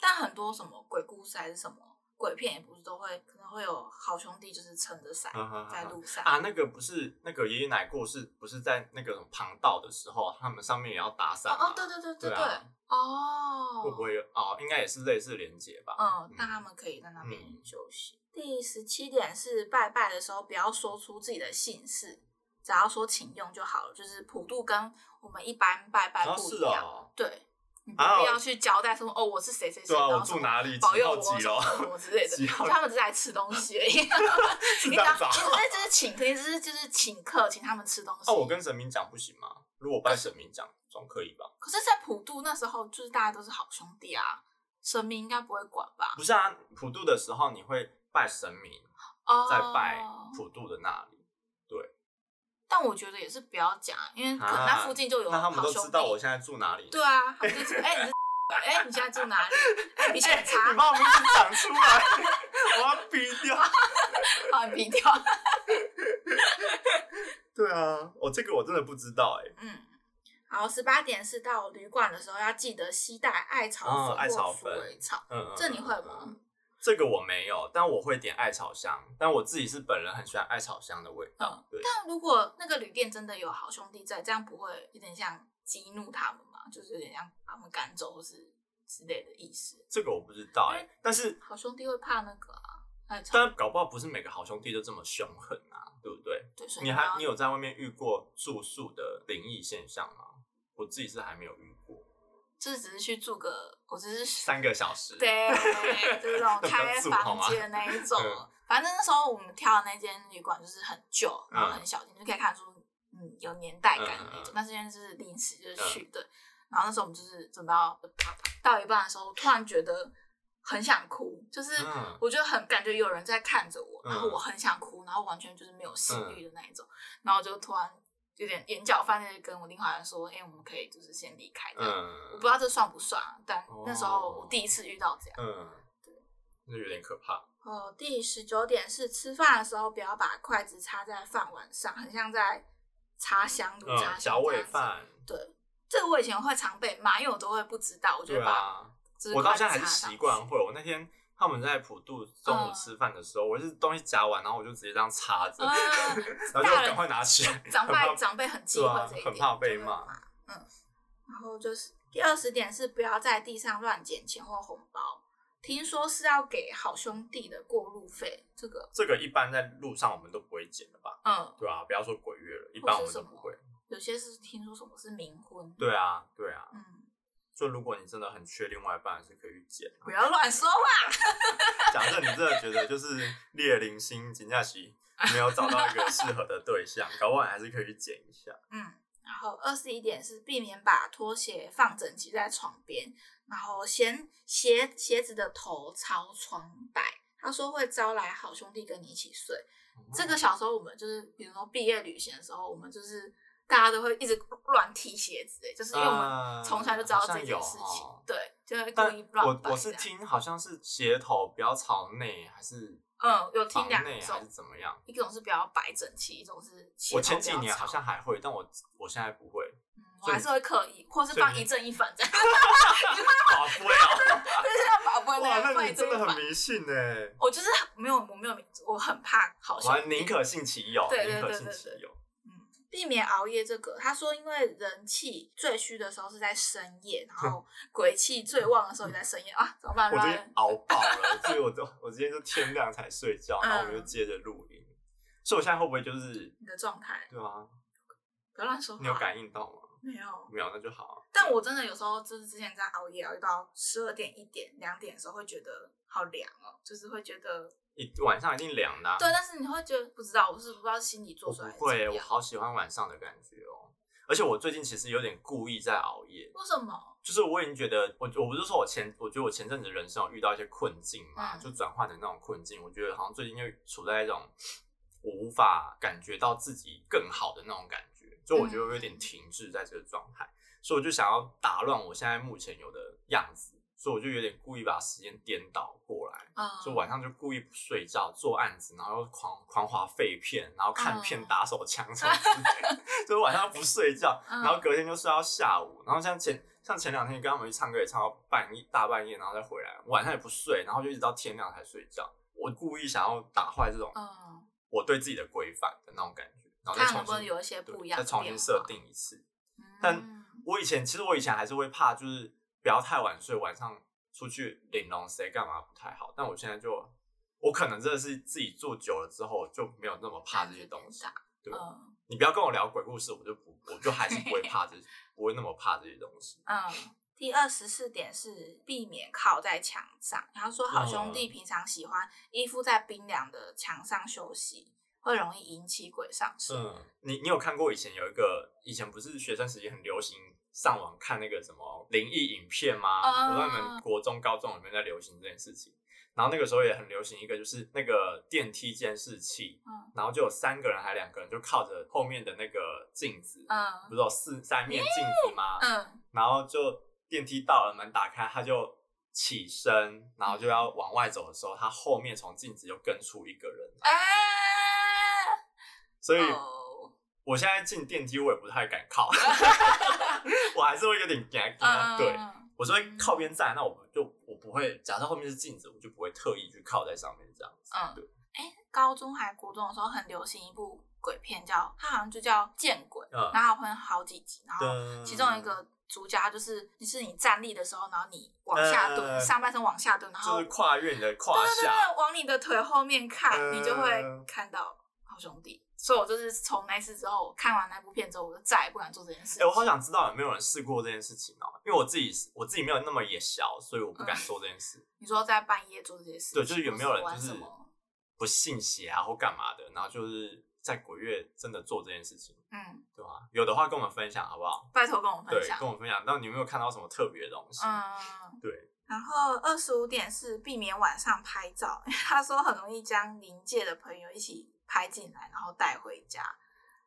[SPEAKER 2] 但很多什么鬼故事还是什么鬼片，也不是都会可能会有好兄弟就是撑着伞
[SPEAKER 1] 哈哈
[SPEAKER 2] 在
[SPEAKER 1] 哈
[SPEAKER 2] 路上
[SPEAKER 1] 啊，那个不是那个爷爷奶过世，不是在那个旁道的时候，他们上面也要打伞
[SPEAKER 2] 哦
[SPEAKER 1] 吗
[SPEAKER 2] 哦，对对对
[SPEAKER 1] 对
[SPEAKER 2] 对对
[SPEAKER 1] 啊，
[SPEAKER 2] 哦，
[SPEAKER 1] 会不会有哦？应该也是类似连结吧。
[SPEAKER 2] 嗯
[SPEAKER 1] 嗯，
[SPEAKER 2] 那他们可以在那边
[SPEAKER 1] 嗯
[SPEAKER 2] 休息。第十七点是拜拜的时候不要说出自己的姓氏，只要说请用就好了。就是普渡跟我们一般拜拜
[SPEAKER 1] 哦，
[SPEAKER 2] 不
[SPEAKER 1] 是
[SPEAKER 2] 一样，
[SPEAKER 1] 哦，
[SPEAKER 2] 对，啊你不
[SPEAKER 1] 啊
[SPEAKER 2] 必要去交代说哦我是谁谁谁，
[SPEAKER 1] 对啊，
[SPEAKER 2] 然
[SPEAKER 1] 我
[SPEAKER 2] 后什
[SPEAKER 1] 住
[SPEAKER 2] 么
[SPEAKER 1] 哪里，
[SPEAKER 2] 保
[SPEAKER 1] 几
[SPEAKER 2] 佑
[SPEAKER 1] 号
[SPEAKER 2] 我
[SPEAKER 1] 几
[SPEAKER 2] 什
[SPEAKER 1] 楼
[SPEAKER 2] 么， 什么之类的，
[SPEAKER 1] 几号
[SPEAKER 2] 就他们只是来吃东西而已。
[SPEAKER 1] 哦 是
[SPEAKER 2] 你
[SPEAKER 1] 这
[SPEAKER 2] 知
[SPEAKER 1] 样
[SPEAKER 2] 道
[SPEAKER 1] 子啊
[SPEAKER 2] 其实这就是请，可以就是就是请客，请他们吃东西。
[SPEAKER 1] 哦，我跟神明讲不行吗？如果拜神明讲总可以吧？
[SPEAKER 2] 可是，在普渡那时候，就是大家都是好兄弟啊，神明应该不会管吧？
[SPEAKER 1] 不是啊，普渡的时候你会拜神明，
[SPEAKER 2] 哦，
[SPEAKER 1] 再拜普渡的那里，
[SPEAKER 2] 但我觉得也是不要讲，因为可能
[SPEAKER 1] 啊
[SPEAKER 2] 那附近就有
[SPEAKER 1] 那他
[SPEAKER 2] 好
[SPEAKER 1] 们都
[SPEAKER 2] 兄弟。
[SPEAKER 1] 知道我现在住哪里。
[SPEAKER 2] 对啊，他们就知道哎、你是哎、你现在住哪里？哎、你脾气 很差，
[SPEAKER 1] 你把我名字讲出来， 我要逼掉。
[SPEAKER 2] 好，你低调。
[SPEAKER 1] 对啊，我这个我真的不知道哎、
[SPEAKER 2] 嗯，然后十八点是到旅馆的时候要记得携带艾草
[SPEAKER 1] 哦艾
[SPEAKER 2] 粉
[SPEAKER 1] 草
[SPEAKER 2] 或
[SPEAKER 1] 粉
[SPEAKER 2] 鼠尾草，
[SPEAKER 1] 嗯嗯，
[SPEAKER 2] 这你会
[SPEAKER 1] 嗯？嗯
[SPEAKER 2] 吗？
[SPEAKER 1] 这个我没有，但我会点艾草香，但我自己是本人很喜欢艾草香的味道。对，
[SPEAKER 2] 但如果嗯那个旅店真的有好兄弟在，这样不会有点像激怒他们吗？就是有点像把他们赶走，或是之类的意思。
[SPEAKER 1] 这个我不知道哎、
[SPEAKER 2] 因
[SPEAKER 1] 但是
[SPEAKER 2] 好兄弟会怕那个啊，艾草
[SPEAKER 1] 但搞不好不是每个好兄弟都这么凶狠啊，对不对？
[SPEAKER 2] 对，所以
[SPEAKER 1] 你
[SPEAKER 2] 要
[SPEAKER 1] 还你有在外面遇过住宿的灵异现象吗？我自己是还没有遇过，
[SPEAKER 2] 就是只是去住个，我只是
[SPEAKER 1] 三个小时。，
[SPEAKER 2] 对，就 是那种开房间那
[SPEAKER 1] 那比
[SPEAKER 2] 一种
[SPEAKER 1] 较素好吗。
[SPEAKER 2] 反正那时候我们挑的那间旅馆就是很旧，
[SPEAKER 1] 嗯
[SPEAKER 2] 然后很小间，就可以看出嗯有年代感的那
[SPEAKER 1] 嗯嗯嗯嗯
[SPEAKER 2] 种。但是因为就是临时就是去的，然后那时候我们就是准备要到一半的时候，突然觉得很想哭，就是
[SPEAKER 1] 嗯
[SPEAKER 2] 我就很感觉有人在看着我，
[SPEAKER 1] 嗯
[SPEAKER 2] 然后我很想哭，然后完全就是没有性欲的那一种，然后我就突然有点眼角泛泪，跟我另外人说：“哎，我们可以就是先离开。”这样。
[SPEAKER 1] 嗯
[SPEAKER 2] 我不知道这算不算啊，但
[SPEAKER 1] 哦
[SPEAKER 2] 那时候我第一次遇到这样。
[SPEAKER 1] 嗯，那有点可怕。
[SPEAKER 2] 哦，第十九点是吃饭的时候不要把筷子插在饭碗上，很像在插香炉、插
[SPEAKER 1] 嗯，
[SPEAKER 2] 香
[SPEAKER 1] 小尾
[SPEAKER 2] 这样子。
[SPEAKER 1] 饭，
[SPEAKER 2] 对，这个我以前会常被骂，因为我都会不知道，我就
[SPEAKER 1] 对
[SPEAKER 2] 会把
[SPEAKER 1] 啊，
[SPEAKER 2] 就是
[SPEAKER 1] 我到
[SPEAKER 2] 筷
[SPEAKER 1] 现
[SPEAKER 2] 子
[SPEAKER 1] 在
[SPEAKER 2] 插
[SPEAKER 1] 还是
[SPEAKER 2] 上去
[SPEAKER 1] 习惯会。我那天他们在普渡中午
[SPEAKER 2] 嗯
[SPEAKER 1] 吃饭的时候，我是东西夹完，然后我就直接这样插着，
[SPEAKER 2] 嗯，
[SPEAKER 1] 然后就
[SPEAKER 2] 大人
[SPEAKER 1] 赶快拿起来。
[SPEAKER 2] 长
[SPEAKER 1] 很怕
[SPEAKER 2] 辈长辈很忌讳这
[SPEAKER 1] 对
[SPEAKER 2] 一点，
[SPEAKER 1] 啊很怕被
[SPEAKER 2] 就会
[SPEAKER 1] 骂。
[SPEAKER 2] 嗯，然后就是第二十点是不要在地上乱捡钱或红包，听说是要给好兄弟的过路费，这个
[SPEAKER 1] 这个一般在路上我们都不会捡的吧？
[SPEAKER 2] 嗯，
[SPEAKER 1] 对啊，不要说鬼月了，一般我们都不会。
[SPEAKER 2] 有些是听说什么是冥婚，
[SPEAKER 1] 对啊，对啊，
[SPEAKER 2] 嗯，
[SPEAKER 1] 就如果你真的很缺另外一半，是可以去捡啊。
[SPEAKER 2] 不要乱说话。
[SPEAKER 1] 假设你真的觉得就是猎灵星金假期没有找到一个适合的对象，搞不好你还是可以去捡一 下。
[SPEAKER 2] 嗯，然后二十一点是避免把拖鞋放整齐在床边，然后鞋鞋鞋子的头朝床摆。他说会招来好兄弟跟你一起睡。这个小时候我们就是，比如说毕业旅行的时候，我们就是大家都会一直乱踢鞋子，欸就是因为我们
[SPEAKER 1] 们
[SPEAKER 2] 从小就知
[SPEAKER 1] 嗯
[SPEAKER 2] 道这件事情，对，就会故
[SPEAKER 1] 哦但
[SPEAKER 2] 意乱
[SPEAKER 1] 我
[SPEAKER 2] 摆。
[SPEAKER 1] 我是，听好像是鞋头不要朝内，还是
[SPEAKER 2] 嗯，有听
[SPEAKER 1] 朝
[SPEAKER 2] 两
[SPEAKER 1] 内啊还是
[SPEAKER 2] 种，
[SPEAKER 1] 怎么样？
[SPEAKER 2] 一种是比较摆整齐，一种是鞋
[SPEAKER 1] 我
[SPEAKER 2] 头
[SPEAKER 1] 前
[SPEAKER 2] 比
[SPEAKER 1] 几
[SPEAKER 2] 较
[SPEAKER 1] 年好
[SPEAKER 2] 长
[SPEAKER 1] 像还会，但我我现在不 会。
[SPEAKER 2] 嗯我还是会刻意，或是
[SPEAKER 1] 所以
[SPEAKER 2] 放
[SPEAKER 1] 你
[SPEAKER 2] 一正一反 这样，
[SPEAKER 1] 好哦不了，
[SPEAKER 2] 就是要宝贝那个
[SPEAKER 1] 哇，那
[SPEAKER 2] 放一
[SPEAKER 1] 你真
[SPEAKER 2] 正一
[SPEAKER 1] 的很
[SPEAKER 2] 反。
[SPEAKER 1] 迷信呢。
[SPEAKER 2] 我就是没有，我没有，我很怕好兄
[SPEAKER 1] 我
[SPEAKER 2] 弟
[SPEAKER 1] 宁可信其有，
[SPEAKER 2] 对对
[SPEAKER 1] 宁可
[SPEAKER 2] 对
[SPEAKER 1] 信
[SPEAKER 2] 对
[SPEAKER 1] 其
[SPEAKER 2] 对
[SPEAKER 1] 有。
[SPEAKER 2] 嗯，避免熬夜这个，他说因为人气最虚的时候是在深夜，然后鬼气最旺的时候也在深夜啊，怎么办？
[SPEAKER 1] 我
[SPEAKER 2] 怎
[SPEAKER 1] 今
[SPEAKER 2] 么
[SPEAKER 1] 天
[SPEAKER 2] 办
[SPEAKER 1] 熬爆了，所以我都我今天就天亮才睡觉，然后我就
[SPEAKER 2] 嗯
[SPEAKER 1] 接着录音。所以我现在会不会就是
[SPEAKER 2] 你的状态，
[SPEAKER 1] 对啊？
[SPEAKER 2] 不要乱说话。
[SPEAKER 1] 你有感应到吗？
[SPEAKER 2] 没有？
[SPEAKER 1] 没有，那就好。啊
[SPEAKER 2] 但我真的有时候就是之前在熬夜，熬夜到十二点、一点、两点的时候，会觉得好凉哦，就是会觉得
[SPEAKER 1] 一晚上一定凉的啊、
[SPEAKER 2] 对，但是你会觉得不知道，我是不知道是心理
[SPEAKER 1] 我
[SPEAKER 2] 做出
[SPEAKER 1] 不
[SPEAKER 2] 来的。
[SPEAKER 1] 会，我好喜欢晚上的感觉哦。而且我最近其实有点故意在熬夜，
[SPEAKER 2] 为什么？
[SPEAKER 1] 就是我已经觉得，我我不是说我前，我觉得我前阵子人生有遇到一些困境嘛，
[SPEAKER 2] 嗯
[SPEAKER 1] 就转换的那种困境，我觉得好像最近就处在一种我无法感觉到自己更好的那种感觉，就我觉得我有
[SPEAKER 2] 嗯
[SPEAKER 1] 点停滞在这个状态，所以我就想要打乱我现在目前有的样子，所以我就有点故意把时间颠倒过来，
[SPEAKER 2] 嗯，
[SPEAKER 1] 就晚上就故意不睡觉做案子，然后狂狂划废片，然后看片
[SPEAKER 2] 嗯
[SPEAKER 1] 打手枪什么之类的， 就是晚上不睡觉，
[SPEAKER 2] 嗯
[SPEAKER 1] 然后隔天就睡到下午，然后像前像前两天跟他们去唱歌也唱到半夜大半夜，然后再回来，晚上也不睡，然后就一直到天亮才睡觉。我故意想要打坏这种
[SPEAKER 2] 嗯，
[SPEAKER 1] 我对自己的规范的那种感觉，然后再
[SPEAKER 2] 看能
[SPEAKER 1] 重
[SPEAKER 2] 不能
[SPEAKER 1] 新
[SPEAKER 2] 有一些
[SPEAKER 1] 对
[SPEAKER 2] 不一样
[SPEAKER 1] 再
[SPEAKER 2] 的
[SPEAKER 1] 重
[SPEAKER 2] 变
[SPEAKER 1] 新
[SPEAKER 2] 化
[SPEAKER 1] 设。定一次。
[SPEAKER 2] 嗯
[SPEAKER 1] 但我以前其实我以前还是会怕，就是不要太晚睡，晚上出去领龙谁干嘛不太好。但我现在就，我可能真的是自己做久了之后就没有那么怕这些东西。
[SPEAKER 2] 感
[SPEAKER 1] 对，
[SPEAKER 2] 嗯
[SPEAKER 1] 你不要跟我聊鬼故事，我就不，我就还是不会怕这，不会那么怕这些东西。
[SPEAKER 2] 嗯。第二十四点是避免靠在墙上。他说，好兄
[SPEAKER 1] 嗯
[SPEAKER 2] 弟平常喜欢依附在冰凉的墙上休息，会容易引起鬼上身。
[SPEAKER 1] 嗯，你你有看过以前有一个，以前不是学生时期很流行上网看那个什么灵异影片吗？
[SPEAKER 2] 啊
[SPEAKER 1] 我不知道你们国中、高中有没有在流行这件事情。然后那个时候也很流行一个，就是那个电梯监视器，
[SPEAKER 2] 嗯
[SPEAKER 1] 然后就有三个人还两个人就靠着后面的那个镜子，不
[SPEAKER 2] 嗯
[SPEAKER 1] 是有四三面镜子吗？
[SPEAKER 2] 嗯
[SPEAKER 1] 然后就电梯到了，门打开，他就起身，然后就要往外走的时候，他后面从镜子又跟出一个人来，
[SPEAKER 2] 哎，
[SPEAKER 1] 所以
[SPEAKER 2] 哦，
[SPEAKER 1] 我现在进电梯，我也不太敢 靠，我还是会有点尴尬。
[SPEAKER 2] 嗯
[SPEAKER 1] 对，我是会靠边站，那我就我不会，假设后面是镜子，我就不会特意去靠在上面这样子。
[SPEAKER 2] 嗯
[SPEAKER 1] 对，
[SPEAKER 2] 哎，高中还国中的时候很流行一部鬼片叫，它好像就叫《见鬼》，
[SPEAKER 1] 嗯
[SPEAKER 2] 然后它分好几集，然后
[SPEAKER 1] 对啊
[SPEAKER 2] 其中一个主角就是你是你站立的时候，然后你往下蹲，
[SPEAKER 1] 嗯
[SPEAKER 2] 上半身往下蹲，然
[SPEAKER 1] 就
[SPEAKER 2] 后
[SPEAKER 1] 是跨越你的胯
[SPEAKER 2] 对
[SPEAKER 1] 下，
[SPEAKER 2] 对对，往你的腿后面看，
[SPEAKER 1] 嗯
[SPEAKER 2] 你就会看到好兄弟。所以我就是从那次之后，我看完那部片之后，我就再也不敢做这件事
[SPEAKER 1] 哎、。我好想知道有没有人试过这件事情哦、因为我自己我自己没有那么也小，所以我
[SPEAKER 2] 嗯
[SPEAKER 1] 不敢做这件事。
[SPEAKER 2] 你说在半夜做这些事情，
[SPEAKER 1] 对，就是有没有人
[SPEAKER 2] 或
[SPEAKER 1] 就
[SPEAKER 2] 玩
[SPEAKER 1] 是
[SPEAKER 2] 什么？
[SPEAKER 1] 不信邪啊或干嘛的，然后就是在鬼月真的做这件事情，
[SPEAKER 2] 嗯，
[SPEAKER 1] 对吧？有的话跟我们分享好不好？
[SPEAKER 2] 拜托跟我分
[SPEAKER 1] 对
[SPEAKER 2] 享，。
[SPEAKER 1] 跟我们分享，到底有没有看到什么特别的东西？
[SPEAKER 2] 嗯。
[SPEAKER 1] 对，
[SPEAKER 2] 然后二十五点是避免晚上拍照，因为他说很容易将临界的朋友一起拍进来，然后带回家。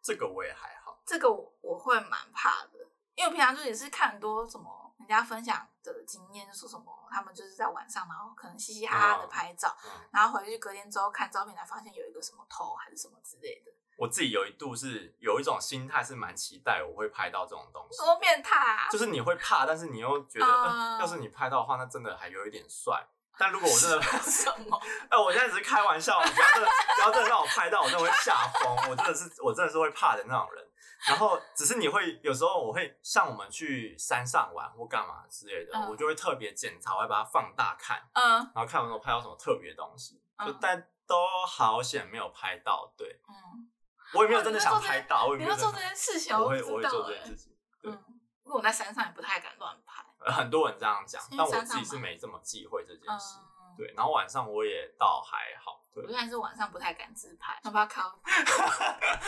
[SPEAKER 1] 这个我也还好。
[SPEAKER 2] 这个我我会蛮怕的，因为我平常就也是看很多什么人家分享的经验，就说什么他们就是在晚上，然后可能嘻嘻哈哈的
[SPEAKER 1] 嗯
[SPEAKER 2] 拍照，
[SPEAKER 1] 嗯，
[SPEAKER 2] 然后回去隔天之后看照片才发现有一个什么头还是什么之类的，
[SPEAKER 1] 我自己有一度是有一种心态是蛮期待我会拍到这种东西，
[SPEAKER 2] 多变态啊！
[SPEAKER 1] 就是你会怕，但是你又觉得，
[SPEAKER 2] 啊
[SPEAKER 1] 嗯，要是你拍到的话，那真的还有一点 帅。但如果我真的，
[SPEAKER 2] 什么？
[SPEAKER 1] 哎、我现在只是开玩笑，你不要真的不要真的让我拍到，我真的会吓疯，我真的是我真的是会怕的那种人。然后只是你会有时候我会像我们去山上玩或干嘛之类的，
[SPEAKER 2] 嗯
[SPEAKER 1] 我就会特别检查，我会把它放大看，
[SPEAKER 2] 嗯
[SPEAKER 1] 然后看有没有拍到什么特别的东西。就
[SPEAKER 2] 嗯
[SPEAKER 1] 但都好险没有拍到，对
[SPEAKER 2] 嗯，
[SPEAKER 1] 我也没有真的想拍到，我也
[SPEAKER 2] 你
[SPEAKER 1] 没有
[SPEAKER 2] 要
[SPEAKER 1] 真
[SPEAKER 2] 做
[SPEAKER 1] 的
[SPEAKER 2] 这
[SPEAKER 1] 想，
[SPEAKER 2] 件事情，
[SPEAKER 1] 我
[SPEAKER 2] 不
[SPEAKER 1] 会
[SPEAKER 2] 知
[SPEAKER 1] 我会
[SPEAKER 2] 道
[SPEAKER 1] 做这
[SPEAKER 2] 哎、
[SPEAKER 1] 件事情。对
[SPEAKER 2] 嗯，因为我在山上也不太敢乱拍。
[SPEAKER 1] 呃很多人这样讲，
[SPEAKER 2] 因为
[SPEAKER 1] 但我
[SPEAKER 2] 山
[SPEAKER 1] 自己
[SPEAKER 2] 上
[SPEAKER 1] 是
[SPEAKER 2] 嘛
[SPEAKER 1] 没这么忌讳这件事。
[SPEAKER 2] 嗯，
[SPEAKER 1] 对，然后晚上我也倒还好，对
[SPEAKER 2] 我，现在是晚上不太敢自拍，要不要考？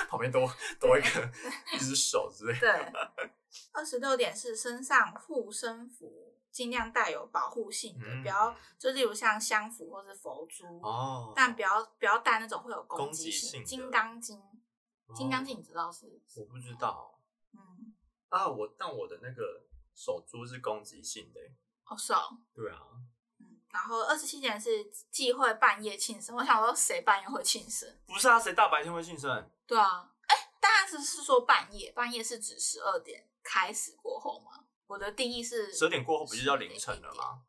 [SPEAKER 1] 旁边 多多一个一只手之类的。
[SPEAKER 2] 对，二十六点是身上护身符，尽量带有保护性的，
[SPEAKER 1] 嗯
[SPEAKER 2] 不要就例如像香符或是佛珠，
[SPEAKER 1] 哦，
[SPEAKER 2] 但不要不要带那种会有
[SPEAKER 1] 攻
[SPEAKER 2] 击
[SPEAKER 1] 击性的哦
[SPEAKER 2] 金刚经，金刚经你知道是？
[SPEAKER 1] 我不知道
[SPEAKER 2] 嗯，
[SPEAKER 1] 啊，我但我的那个手珠是攻击性的欸。
[SPEAKER 2] 哦是哦。
[SPEAKER 1] 对啊，
[SPEAKER 2] 嗯，然后二十七点是忌讳半夜庆生，我想说谁半夜会庆生？
[SPEAKER 1] 不是啊，谁大白天会庆生？
[SPEAKER 2] 对啊，哎，当然是是说半夜，半夜是指十二点开始过后吗？我的定义是
[SPEAKER 1] 十点过后不就叫凌晨了吗？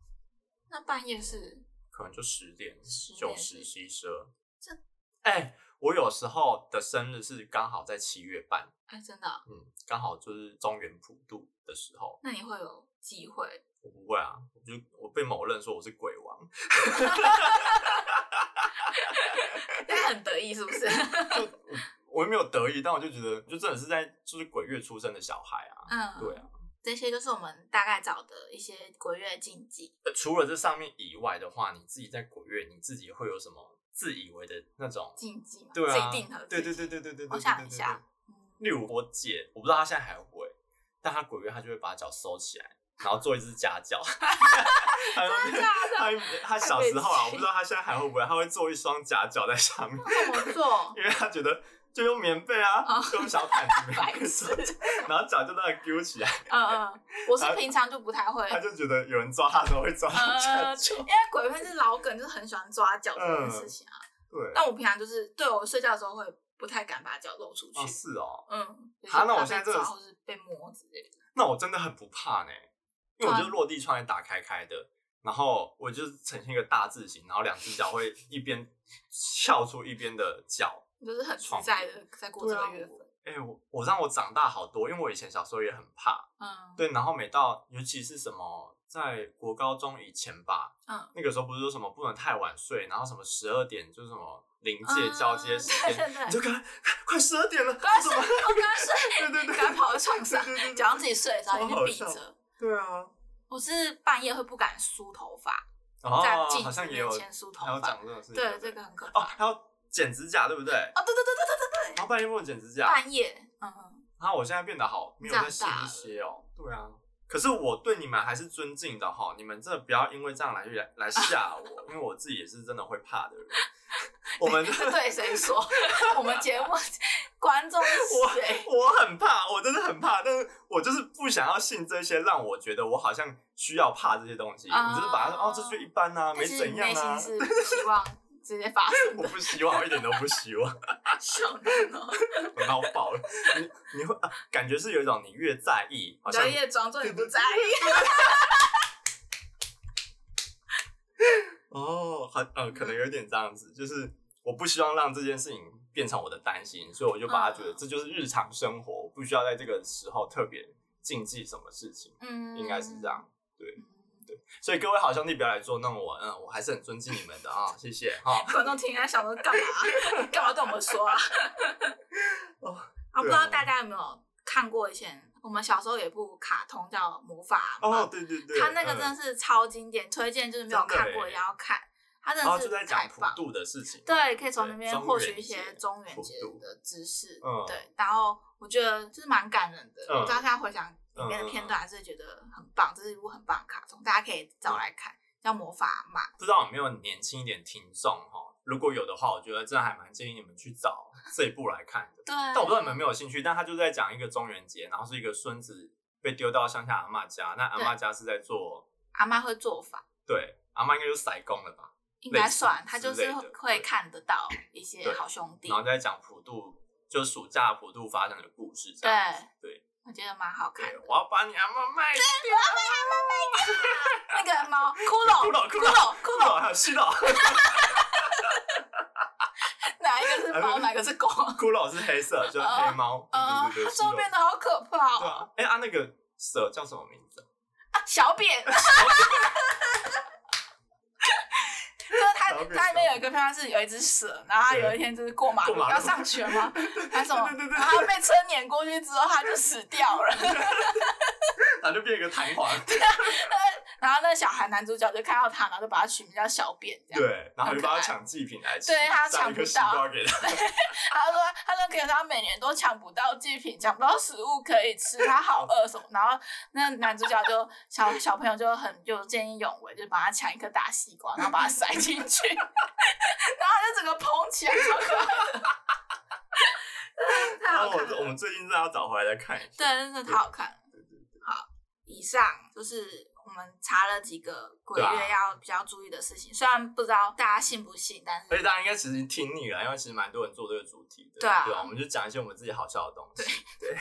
[SPEAKER 2] 那半夜是
[SPEAKER 1] 可能就十点、
[SPEAKER 2] 10
[SPEAKER 1] 九
[SPEAKER 2] 点
[SPEAKER 1] 十、
[SPEAKER 2] 是
[SPEAKER 1] 十一、十二。
[SPEAKER 2] 这
[SPEAKER 1] 哎、我有时候的生日是刚好在七月半，
[SPEAKER 2] 哎，真的啊、
[SPEAKER 1] 嗯，刚好就是中原普渡的时候。
[SPEAKER 2] 那你会有 机会？
[SPEAKER 1] 我不会啊，我就我被某人说我是鬼王，
[SPEAKER 2] 他很得意是不 是？
[SPEAKER 1] 就我我也没有得意，但我就觉得就真的是在就是鬼月出生的小孩啊。
[SPEAKER 2] 嗯，
[SPEAKER 1] 对啊，
[SPEAKER 2] 这些就是我们大概找的一些鬼月禁忌。
[SPEAKER 1] 呃除了这上面以外的话，你自己在鬼月你自己会有什么自以为的那种，
[SPEAKER 2] 禁忌嘛，
[SPEAKER 1] 对啊，
[SPEAKER 2] 自己定和自
[SPEAKER 1] 对
[SPEAKER 2] 己
[SPEAKER 1] 对对
[SPEAKER 2] 嗯
[SPEAKER 1] 对对对对对，
[SPEAKER 2] 我想一
[SPEAKER 1] 对
[SPEAKER 2] 下，
[SPEAKER 1] 例如我姐，我不知道她现在还会不会，但她鬼月她就会把脚收起来，然后做一只夹脚。 真
[SPEAKER 2] 的假
[SPEAKER 1] 的？她小时候啊，我不知道她现在还会不会，她会做一双夹脚在上面，
[SPEAKER 2] 怎么做？
[SPEAKER 1] 因为她觉得就用棉被啊，就用小毯子
[SPEAKER 2] 哦白
[SPEAKER 1] 棉被
[SPEAKER 2] 痴
[SPEAKER 1] 做，，然后脚就那样揪起来，
[SPEAKER 2] 嗯嗯，我是
[SPEAKER 1] 他
[SPEAKER 2] 平常就不太会，
[SPEAKER 1] 她就觉得有人抓她都会抓她夹
[SPEAKER 2] 呃，
[SPEAKER 1] 脚
[SPEAKER 2] 因。为鬼片是老梗，就是很喜欢抓脚这件事情啊。
[SPEAKER 1] 嗯对，
[SPEAKER 2] 但我平常就是对我睡觉的时候会不太敢把脚露出去，
[SPEAKER 1] 哦是哦，
[SPEAKER 2] 嗯，
[SPEAKER 1] 啊那我
[SPEAKER 2] 怕被
[SPEAKER 1] 现在这个
[SPEAKER 2] 抓或是被摸之类的，
[SPEAKER 1] 那我真的很不怕呢，因为我
[SPEAKER 2] 对啊
[SPEAKER 1] 就是落地窗也打开开的，然后我就是呈现一个大字形，然后两只脚会一边翘出一边的脚。
[SPEAKER 2] 就是很自
[SPEAKER 1] 爽
[SPEAKER 2] 在的在过这个月份，
[SPEAKER 1] 哎、我我让我长大好多，因为我以前小时候也很怕，
[SPEAKER 2] 嗯，
[SPEAKER 1] 对，然后每到尤其是什么在国高中以前吧，
[SPEAKER 2] 嗯，
[SPEAKER 1] 那个时候不是说什么不能太晚睡，然后什么十二点就是什么临界交接时
[SPEAKER 2] 啊对
[SPEAKER 1] 间，
[SPEAKER 2] 对对
[SPEAKER 1] 你就看快十二点了，
[SPEAKER 2] 刚
[SPEAKER 1] 我
[SPEAKER 2] 睡，
[SPEAKER 1] 怎么？
[SPEAKER 2] 我刚睡，
[SPEAKER 1] 对对对，
[SPEAKER 2] 赶快跑到床上
[SPEAKER 1] 对对对，
[SPEAKER 2] 假装自己睡了，然后
[SPEAKER 1] 超
[SPEAKER 2] 眼睛
[SPEAKER 1] 好
[SPEAKER 2] 闭
[SPEAKER 1] 笑
[SPEAKER 2] 着。
[SPEAKER 1] 对啊，
[SPEAKER 2] 我是半夜会不敢梳头发，在
[SPEAKER 1] 哦，
[SPEAKER 2] 镜
[SPEAKER 1] 好
[SPEAKER 2] 子
[SPEAKER 1] 像也
[SPEAKER 2] 面
[SPEAKER 1] 有
[SPEAKER 2] 前梳头
[SPEAKER 1] 还有
[SPEAKER 2] 发
[SPEAKER 1] 讲，这种事情，
[SPEAKER 2] 对，这个很可
[SPEAKER 1] 哦，
[SPEAKER 2] 怕。
[SPEAKER 1] 还有剪指甲，对不对？
[SPEAKER 2] 哦，对对对对对对，
[SPEAKER 1] 然后半夜不能剪指甲，
[SPEAKER 2] 半夜，嗯嗯，
[SPEAKER 1] 然后我现在变得好没有再细一些哦。对啊，可是我对你们还是尊敬的哈，你们真的不要因为这样来来来吓我，因为我自己也是真的会怕的 人。我们
[SPEAKER 2] 是对 谁说？我们节目 观众是谁？
[SPEAKER 1] 我我很怕，我真的很怕，但是我就是不想要信这些让我觉得我好像需要怕这些东西。
[SPEAKER 2] 啊
[SPEAKER 1] 我就是把它哦，这就一般啊，没
[SPEAKER 2] 但是
[SPEAKER 1] 怎
[SPEAKER 2] 你
[SPEAKER 1] 样
[SPEAKER 2] 内
[SPEAKER 1] 啊
[SPEAKER 2] 心。是希望直接发生
[SPEAKER 1] 我
[SPEAKER 2] 的，
[SPEAKER 1] 不希望，我一点都不希望，
[SPEAKER 2] 笑人哦，
[SPEAKER 1] 我闹爆了。你你会、啊感觉是有一种你越在意，好像
[SPEAKER 2] 半夜装作你不在意。
[SPEAKER 1] 哦，很呃，可能有点这样子，就是我不希望让这件事情变成我的担心，所以我就把它觉得
[SPEAKER 2] 嗯
[SPEAKER 1] 这就是日常生活，我不需要在这个时候特别禁忌什么事情，
[SPEAKER 2] 嗯，
[SPEAKER 1] 应该是这。样。所以各位好兄弟不要来捉弄我，嗯，我还是很尊敬你们的啊，谢谢 哈。
[SPEAKER 2] 观众听他想说 干嘛？干嘛对我们说啊？
[SPEAKER 1] 哦
[SPEAKER 2] 啊，不知道大家有没有看过以前我们小时候有一部卡通叫《魔法阿嬷
[SPEAKER 1] 哦，对对对，
[SPEAKER 2] 他那个真的
[SPEAKER 1] 嗯
[SPEAKER 2] 是超经典，推荐就是没有看过也要看，他真
[SPEAKER 1] 然后
[SPEAKER 2] 的
[SPEAKER 1] 就是在
[SPEAKER 2] 太
[SPEAKER 1] 讲普
[SPEAKER 2] 棒。
[SPEAKER 1] 渡的事情，
[SPEAKER 2] 对，可以从那边
[SPEAKER 1] 中
[SPEAKER 2] 获取
[SPEAKER 1] 元
[SPEAKER 2] 一些
[SPEAKER 1] 节
[SPEAKER 2] 中元节
[SPEAKER 1] 普渡
[SPEAKER 2] 的知识，
[SPEAKER 1] 嗯
[SPEAKER 2] 对，然后我觉得就是蛮感人的。
[SPEAKER 1] 嗯
[SPEAKER 2] 我到现在回想里面的片段，还是觉得很棒，这是一部很棒的卡通，大家可以找来看，叫《魔法阿嬷
[SPEAKER 1] 不知道有没有年轻一点听众哈，如果有的话，我觉得真的还蛮建议你们去找这一部来看的。》。
[SPEAKER 2] 对，
[SPEAKER 1] 但我不知道你们有没有兴趣，但他就在讲一个中元节，然后是一个孙子被丢到乡下阿嬷家，那阿嬷家是在做
[SPEAKER 2] 阿妈会做法，
[SPEAKER 1] 对阿嬷应该就是塞工了吧，
[SPEAKER 2] 应
[SPEAKER 1] 类
[SPEAKER 2] 该
[SPEAKER 1] 似
[SPEAKER 2] 算，她
[SPEAKER 1] 之
[SPEAKER 2] 就是
[SPEAKER 1] 类的
[SPEAKER 2] 会会
[SPEAKER 1] 对
[SPEAKER 2] 看得到一些
[SPEAKER 1] 对
[SPEAKER 2] 好兄弟
[SPEAKER 1] 然，后在讲普渡，就暑假普渡发生的故事这
[SPEAKER 2] 对
[SPEAKER 1] 样子。对
[SPEAKER 2] 我觉得蛮好看
[SPEAKER 1] 对
[SPEAKER 2] 的，。
[SPEAKER 1] 我要把你阿嬷卖掉，
[SPEAKER 2] 那个猫骷
[SPEAKER 1] 骷
[SPEAKER 2] 髅，
[SPEAKER 1] 髅
[SPEAKER 2] 骷
[SPEAKER 1] 骷
[SPEAKER 2] 髅，骷
[SPEAKER 1] 骷
[SPEAKER 2] 髅，
[SPEAKER 1] 髅还有西髅，
[SPEAKER 2] 哪一个是猫，
[SPEAKER 1] 哎
[SPEAKER 2] 哪个是狗？
[SPEAKER 1] 骷髅是黑色，就是黑猫。
[SPEAKER 2] 呃，
[SPEAKER 1] 对对对对，
[SPEAKER 2] 它最后
[SPEAKER 1] 西
[SPEAKER 2] 变
[SPEAKER 1] 髅
[SPEAKER 2] 得好可怕
[SPEAKER 1] 对
[SPEAKER 2] 哦！
[SPEAKER 1] 啊，哎啊那个蛇叫什么名字啊？
[SPEAKER 2] 啊，小扁，就是它
[SPEAKER 1] 小扁
[SPEAKER 2] 它里面有一个片段是有一只蛇，然后它有一天就是过马路
[SPEAKER 1] 过马路
[SPEAKER 2] 要上学嘛，它什么
[SPEAKER 1] 对对，对对
[SPEAKER 2] 然后被车碾过去之后，它就死掉了。
[SPEAKER 1] 它就变一个弹簧。
[SPEAKER 2] 然后那小孩男主角就看到它，然后就把它取名叫小扁，这样。
[SPEAKER 1] 对，然后就帮他抢祭品来吃，
[SPEAKER 2] 对他
[SPEAKER 1] 上一颗
[SPEAKER 2] 抢不
[SPEAKER 1] 西
[SPEAKER 2] 到
[SPEAKER 1] 瓜给 他。
[SPEAKER 2] 他说，他说可是他每年都抢不到祭品，抢不到食物可以吃，他好饿什么。然后那男主角就小小朋友就很就见义勇为，就把他抢一颗大西瓜，然后把它塞进去， 然后他就整个蓬起来，超可爱的。太
[SPEAKER 1] 然
[SPEAKER 2] 好
[SPEAKER 1] 后
[SPEAKER 2] 看
[SPEAKER 1] 我我
[SPEAKER 2] 了，
[SPEAKER 1] 们最近是要找回来再看一下。
[SPEAKER 2] 对，真的太好看了。好，以上就是我们查了几个鬼
[SPEAKER 1] 对
[SPEAKER 2] 月
[SPEAKER 1] 啊
[SPEAKER 2] 要比较注意的事情，虽然不知道大家信不信，但
[SPEAKER 1] 而且
[SPEAKER 2] 是
[SPEAKER 1] 大家应该其实听腻了，因为其实蛮多人做这个主题的。
[SPEAKER 2] 对啊
[SPEAKER 1] 我们就讲一些我们自己好笑的东西。对，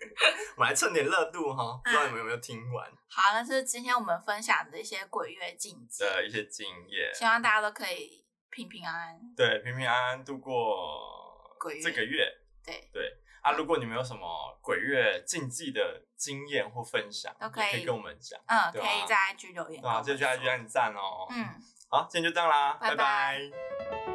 [SPEAKER 1] 我们来蹭点热度哈，不知道你们有没有听完
[SPEAKER 2] 好，那是今天我们分享的一些鬼月禁忌。
[SPEAKER 1] 的一些经验，
[SPEAKER 2] 希望大家都可以平平安安。
[SPEAKER 1] 对，平平安安度过
[SPEAKER 2] 鬼月
[SPEAKER 1] 这个月
[SPEAKER 2] 对，
[SPEAKER 1] 啊。如果你们有什么鬼月禁忌的经验或分享，
[SPEAKER 2] 都可以
[SPEAKER 1] 也跟我们讲。
[SPEAKER 2] 嗯，可
[SPEAKER 1] 对啊啊
[SPEAKER 2] 以在 IG 留言。
[SPEAKER 1] 对啊，这就去 IG。按赞哦。，
[SPEAKER 2] 嗯。
[SPEAKER 1] 好，今天就这样啦，
[SPEAKER 2] 拜
[SPEAKER 1] 拜
[SPEAKER 2] 拜
[SPEAKER 1] 拜